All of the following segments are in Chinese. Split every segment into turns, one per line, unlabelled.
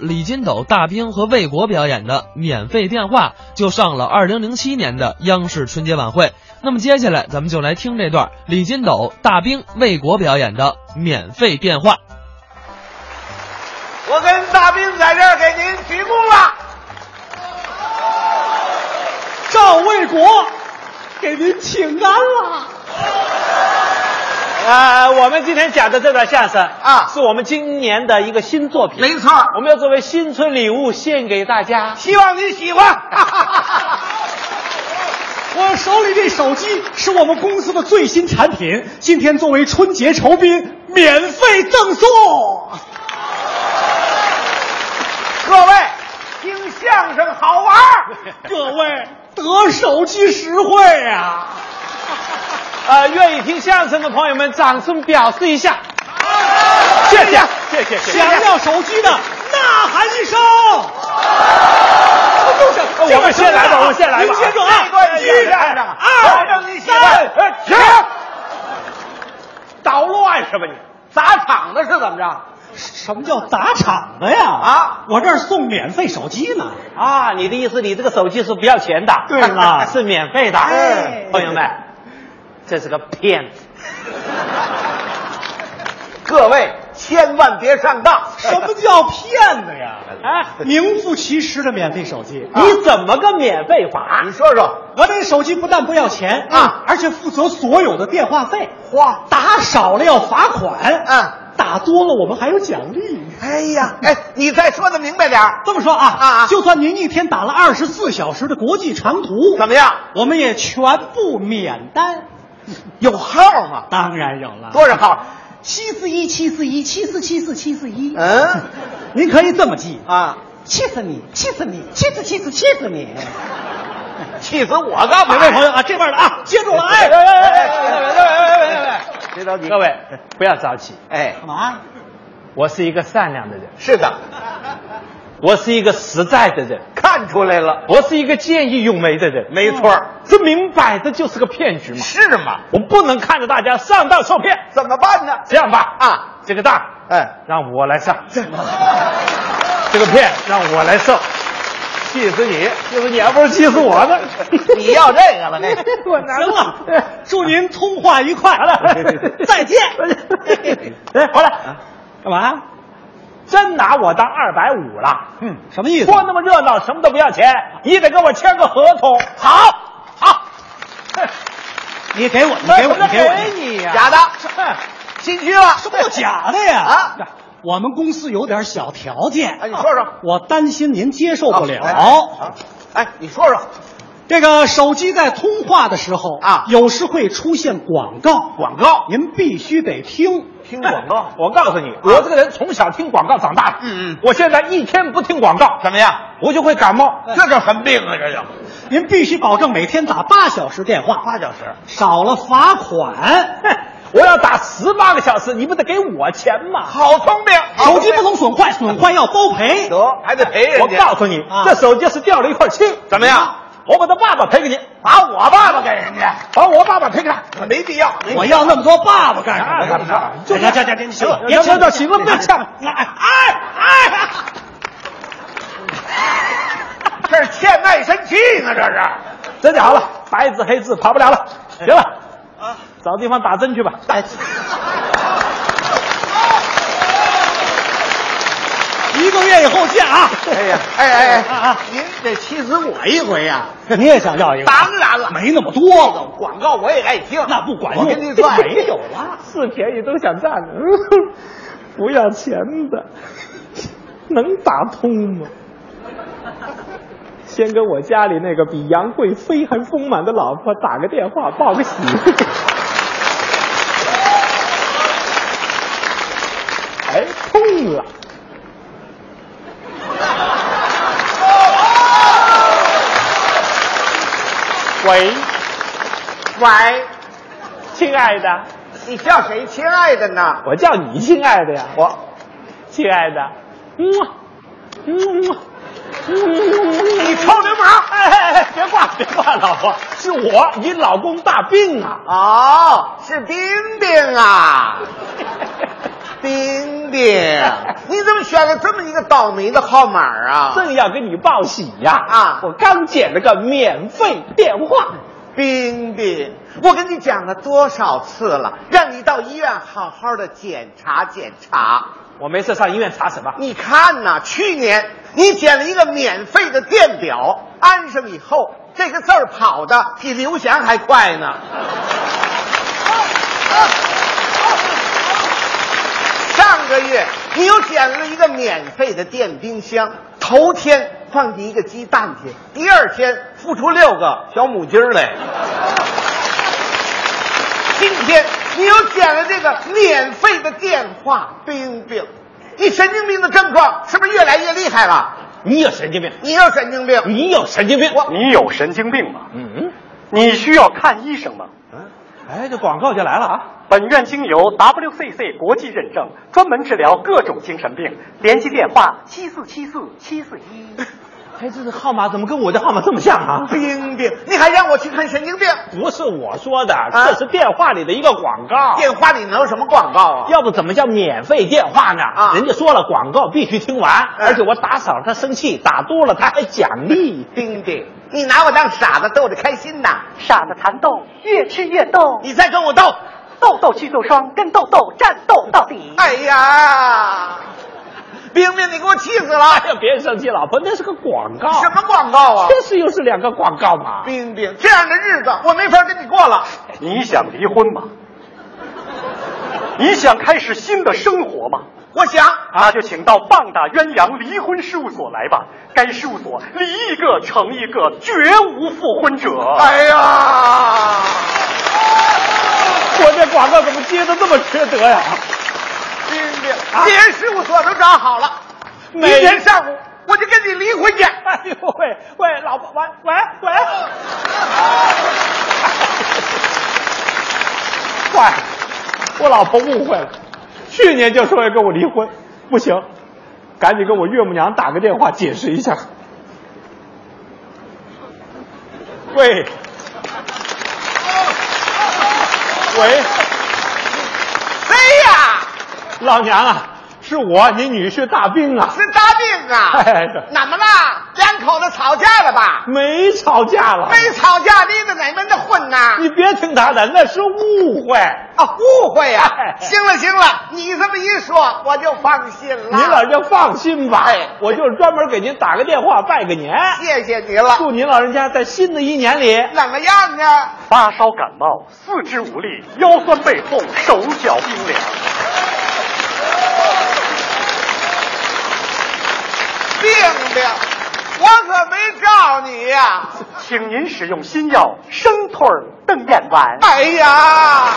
李金斗、大兵和魏国表演的《免费电话》就上了2007年的央视春节晚会。那么接下来咱们就来听这段李金斗、大兵、魏国表演的《免费电话》。
我跟大兵在这儿给您鞠躬了。
赵卫国给您请安了。
呃，我们今天讲的这段相声
啊
是我们今年的一个新作品，
没错儿
我们要作为新春礼物献给大家。
希望您喜 欢。
我手里这手机是我们公司的最新产品，今天作为春节酬宾，免费赠送。
各位，听相声好玩儿。
各位得手机实惠呀、
啊呃，愿意听相声的朋友们，掌声表示一下，谢谢，谢谢，谢谢。
想要手机的呐喊一声。就是
我们先来吧我们先来吧
您接着
这段
啊，
一
一
上的，
二
让您喜欢。
三呃
停！捣乱是吧你？砸场子是怎么着？
什么叫砸场子呀？
啊
我这儿送免费手机呢。
啊，你的意思，你这个手机是不要钱的？
对了
是免费的。嗯
哎
朋友们，这是个骗子。
各位千万别上当。
什么叫骗子呀？
啊，
名副其实的免费手机。
你怎么个免费法？
啊你说说，
我这手机不但不要钱
啊
而且负责所有的电话费。
哇
打少了要罚款，
嗯
啊，
打多了我们还有奖励。
哎呀，哎，你再说的明白点儿，
这么说啊
啊
就算您一天打了二十四小时的国际长途，
怎么样？
我们也全部免单。
有号吗？
当然有了，
多少号？
七四一七四一七四七四七四一。
嗯，
您可以这么记，
啊，
气死你，气死你，气死气死气死你！
气死我干嘛
每
呀？
位朋友啊，这边的啊，接住了，
哎
哎
哎哎哎哎哎哎哎！别着急，
各位不要着急，
哎，
干嘛？
我是一个善良的人，
是的，
我是一个实在的人，
看出来了，
我是一个见义勇为的人。
没错儿，
这明摆着就是个骗局嘛！
嗯是吗？
我不能看着大家上当受骗。
怎么办呢？
这样吧，
啊，
这个当
哎，
让我来上，这个骗让我来受，气死你！气死你，还不如气死我呢！
你要这个了，那
我
行了，祝您通话愉快，再见。
哎，回来，
干嘛？
真拿我当二百五了？嗯，
什么意思？
说那么热闹，什么都不要钱，你得跟我签个合同。好，好，
你给我，你给我，
那
你给我，
给你呀、
假的， 心虚了，
什么叫假的呀？
啊，
我们公司有点小条件，
哎，你说说，
我担心您接受不了。
啊哎，你说说，
这个手机在通话的时候
啊
有时会出现广告，
广告
您必须得听。
听广告， 啊
我告诉你，我这个人从小听广告长大的。
嗯嗯
我现在一天不听广告，
怎么样？
我就会感冒。
这叫什么病啊？这叫
您必须保证每天打八小时电话，
八小时，
少了罚款。
哼我要打十八个小时，你不得给我钱吗？
好聪明，
手机不能损坏，损坏要包赔。
得，还得赔人家。
我告诉你，
啊
这手机是掉了一块漆，
怎么样？
我把他爸爸赔给你，
把我爸爸给人家，
把我爸爸赔给他。
没必要。没必
我要那么多爸爸干什么？
干什么
这这这这这，行了，别
行
呛
了行了别呛了
哎 哎 哎！
这是欠卖身契呢，这是。
真的好了，白纸黑字跑不了了。行了，找地方打针去吧。
哎
一个月以后见啊！
哎呀，哎哎
啊啊
哎，您得气死我一回呀！
你也想要一个？
当然了，
没那么多了，
广告我也爱听，
那不管
我
用。
跟您说，哎
没有了。
是便宜都想占，不要钱的，能打通吗？先跟我家里那个比杨贵妃还丰满的老婆打个电话报个喜。哎，通了。喂，
喂，
亲爱的，
你叫谁亲爱的呢？
我叫你亲爱的呀。
我
亲爱的，嗯嗯嗯，
你臭流氓！
哎哎哎，别挂别挂，老婆，是我，你老公大病啊，
哦，是冰冰啊！丁丁，你怎么选了这么一个倒霉的号码啊？
正要给你报喜呀、
啊
我刚捡了个免费电话，
冰冰，我跟你讲了多少次了，让你到医院好好的检查检查。
我没事上医院查什么？
你看呐、去年你捡了一个免费的电表，安上以后，这个字儿跑的比刘翔还快呢。上个月你又捡了一个免费的电冰箱，头天放进一个鸡蛋去，第二天孵出六个小母鸡儿来。今天你又捡了这个免费的电话，冰冰，你神经病的症状是不是越来越厉害了？
你有神经病！
你有神经病，
你有神经病！我
你有神经病吗？
嗯，
你需要看医生吗？
哎，这广告就来了啊！
本院经由 WCC 国际认证，专门治疗各种精神病。联系电话：七四七四七四一。
哎，这个号码怎么跟我的号码这么像啊？
冰冰，你还让我去看神经病？
不是我说的，这是电话里的一个广告。
啊电话里能有什么广告啊？
要不怎么叫免费电话呢？
啊
人家说了广告必须听完，
哎
而且我打赏他生气，打多了他还奖励。
冰冰，你拿我当傻子逗着开心呐？
傻子蚕豆，越吃越逗。
你再跟我斗！
痘痘祛痘霜，跟痘痘战斗到底。
哎呀，冰冰，你给我气死了！
哎呀，别生气，老婆，那是个广告，
什么广告啊？
这是又是两个广告嘛？
冰冰，这样的日子我没法跟你过了。
你想离婚吗？你想开始新的生活吗？
我想，
那就请到棒打鸳鸯离婚事务所来吧。该事务所离一个成一个，绝无复婚者。
哦
哎呀，
我这广告怎么接的这么缺德呀？
冰冰，别人事务所都找好了，明
没
天上午我就跟你离婚去。
哎呦喂喂，老婆，喂喂喂！
啊
坏了，我老婆误会了，去年就说要跟我离婚，不行，赶紧跟我岳母娘打个电话解释一下。喂，喂，
谁哎呀？
老娘啊，是我，你女婿大兵啊，
是大病啊？
哎是
怎么啦？两口子吵架了吧？
没吵架了，
没吵架，离着哪门子混呐？
你别听他的，那是误会。
啊，误会呀、
哎
行了行了，你这么一说，我就放心了。
您老人家放心吧
哎，
我就是专门给您打个电话拜个年，
谢谢你了。
祝您老人家在新的一年里
怎么样啊呢？
发烧感冒，四肢无力，腰酸背痛，手脚冰凉。
病病，我可没照你呀、
请您使用新药生吞儿瞪眼丸。
哎呀，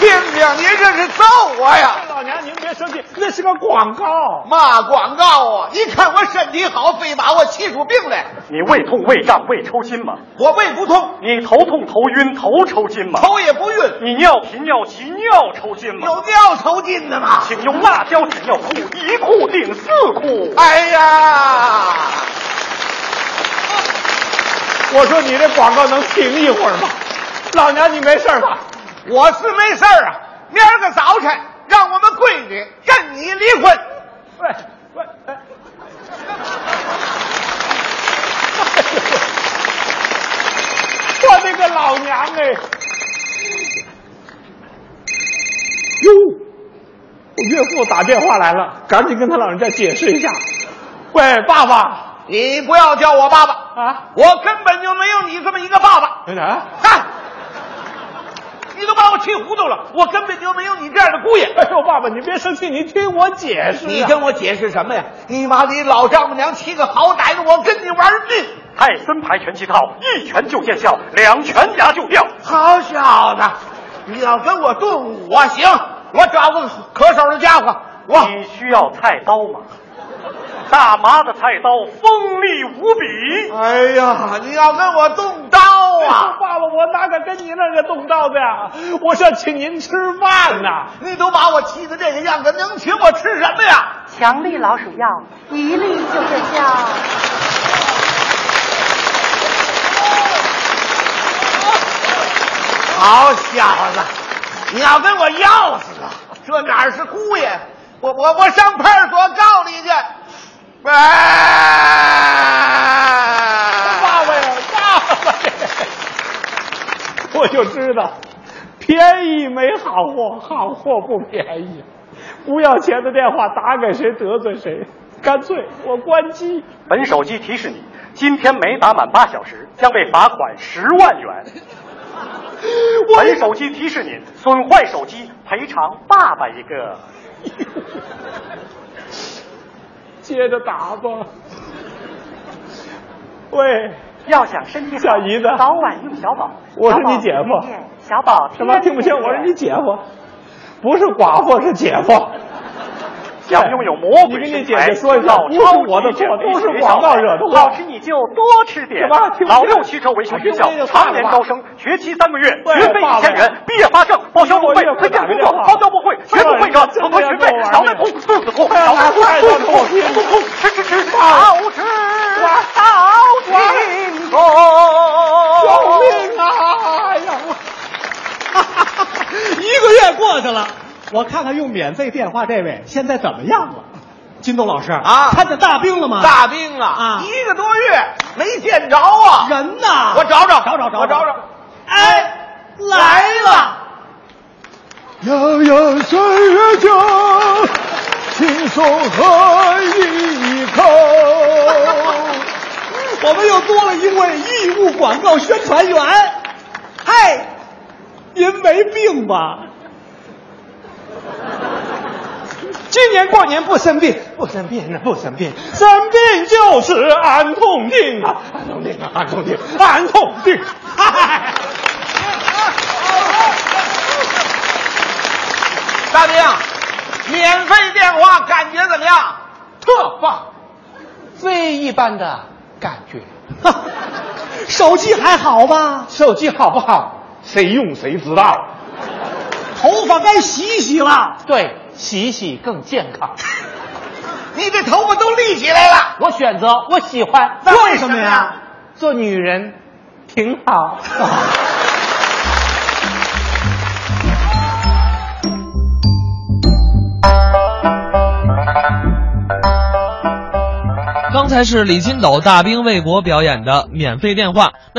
病病，您这是揍我呀！
老娘您别生气，那是个广告。
骂广告啊！你看我身体好，非把我气出病来。
你胃痛、胃胀、胃抽筋吗？
我胃不痛，
你头痛、头晕、头抽筋吗？
头也不晕，
你尿频、尿急、尿抽筋吗？
有尿头筋的吗？
请用辣椒纸尿裤，一裤顶四裤。
哎呀，
我说你这广告能停一会儿吗？老娘你没事吧？
我是没事儿啊。明儿个早晨，让我们闺女跟你离婚。
喂喂，哎 我的个老娘哎！哟，我岳父打电话来了，赶紧跟他老人家解释一下。喂，爸爸
你不要叫我爸爸，
啊，
我根本就没有你这么一个爸爸。
哎
哪
啊
儿？
嗨，你都把我气糊涂了，我根本就没有你这样的姑爷。
哎呦，爸爸，你别生气，你听我解释、啊。
你跟我解释什么呀？你妈你老丈母娘气个好歹的，我跟你玩命。
泰森牌拳击套，一拳就见效，两拳牙就掉。
好小子，你要跟我动武啊？行，我找个可手的家伙，我
你需要菜刀吗？大妈的菜刀锋利无比。
哎呀，你要跟我动刀
啊，
啊！
爸爸，我哪敢跟你那个动刀子呀？我是要请您吃饭呐、
你都把我气的这个样子，能请我吃什么呀？
强力老鼠药，一粒就见效。
好小子，你要跟我要死啊！这哪儿是姑爷？我我我上派出所告你去！喂、 哎
爸爸呀，爸爸呀！ 我就知道，便宜没好货，好货不便宜。不要钱的电话打给谁得罪谁，干脆我关机。
本手机提示你，今天没打满八小时将被罚款十万元。本手机提示您，损坏手机赔偿爸爸一个。
接着打吧。喂，
要想身体好，
小姨子
早晚用小宝。
我是你姐夫啊
小宝天天见小宝
什
天
么
天
听不清？
见
我是你姐夫，不是寡妇，是姐夫。
想拥有魔
你
鬼
跟你
身
姐
材，
姐说一下，
老
不是我的错，都是广告惹的祸。
老师 你就多吃点
什么听。不清
老六汽车
啊
维修学
我听不
校
见爸爸
常年招生，学期三个月，
喂
学费一千
爸爸
元，毕业发证，报销不
我
费
也，会
推荐
打个
工
电
作，
话啊
报销 不会，学不会
这
者
玩意儿
偿还学费脑袋痛，肚
真的要，跟我玩命
子痛，
哎呀
脑袋痛，
拿出
肚子痛，
来拿出来
肚子痛，吃吃吃，
爸爸
好吃好吃好吃。
救命啊！哎呀，我
一个月过去了，我看看用免费电话这位现在怎么样了？金东老师
啊
看见大兵了吗？
大病啊！
啊
一个多月没见着啊！
人呢？
我找找，
找找找
我找
找
找。
哎，
来
来了。
了，
悠悠岁月久，轻松喝一口。我们又多了一位义务广告宣传员。嗨，您没病吧？ 今年过年不生病，不生病啊，不生病，生病就是安痛定啊，安痛定啊，安痛定，安痛定。啊 嗨。
大兵，免费电话感觉怎么样？特棒，非一般的感觉。
哈手机还好吧？
手机好不好？谁用谁知道。
头发该洗洗了。
对，洗洗更健康。
你这头发都立起来了。
我选择，我喜欢
哎为什么呀？
做女人，挺好。
刚才是李金斗、大兵卫国表演的免费电话。那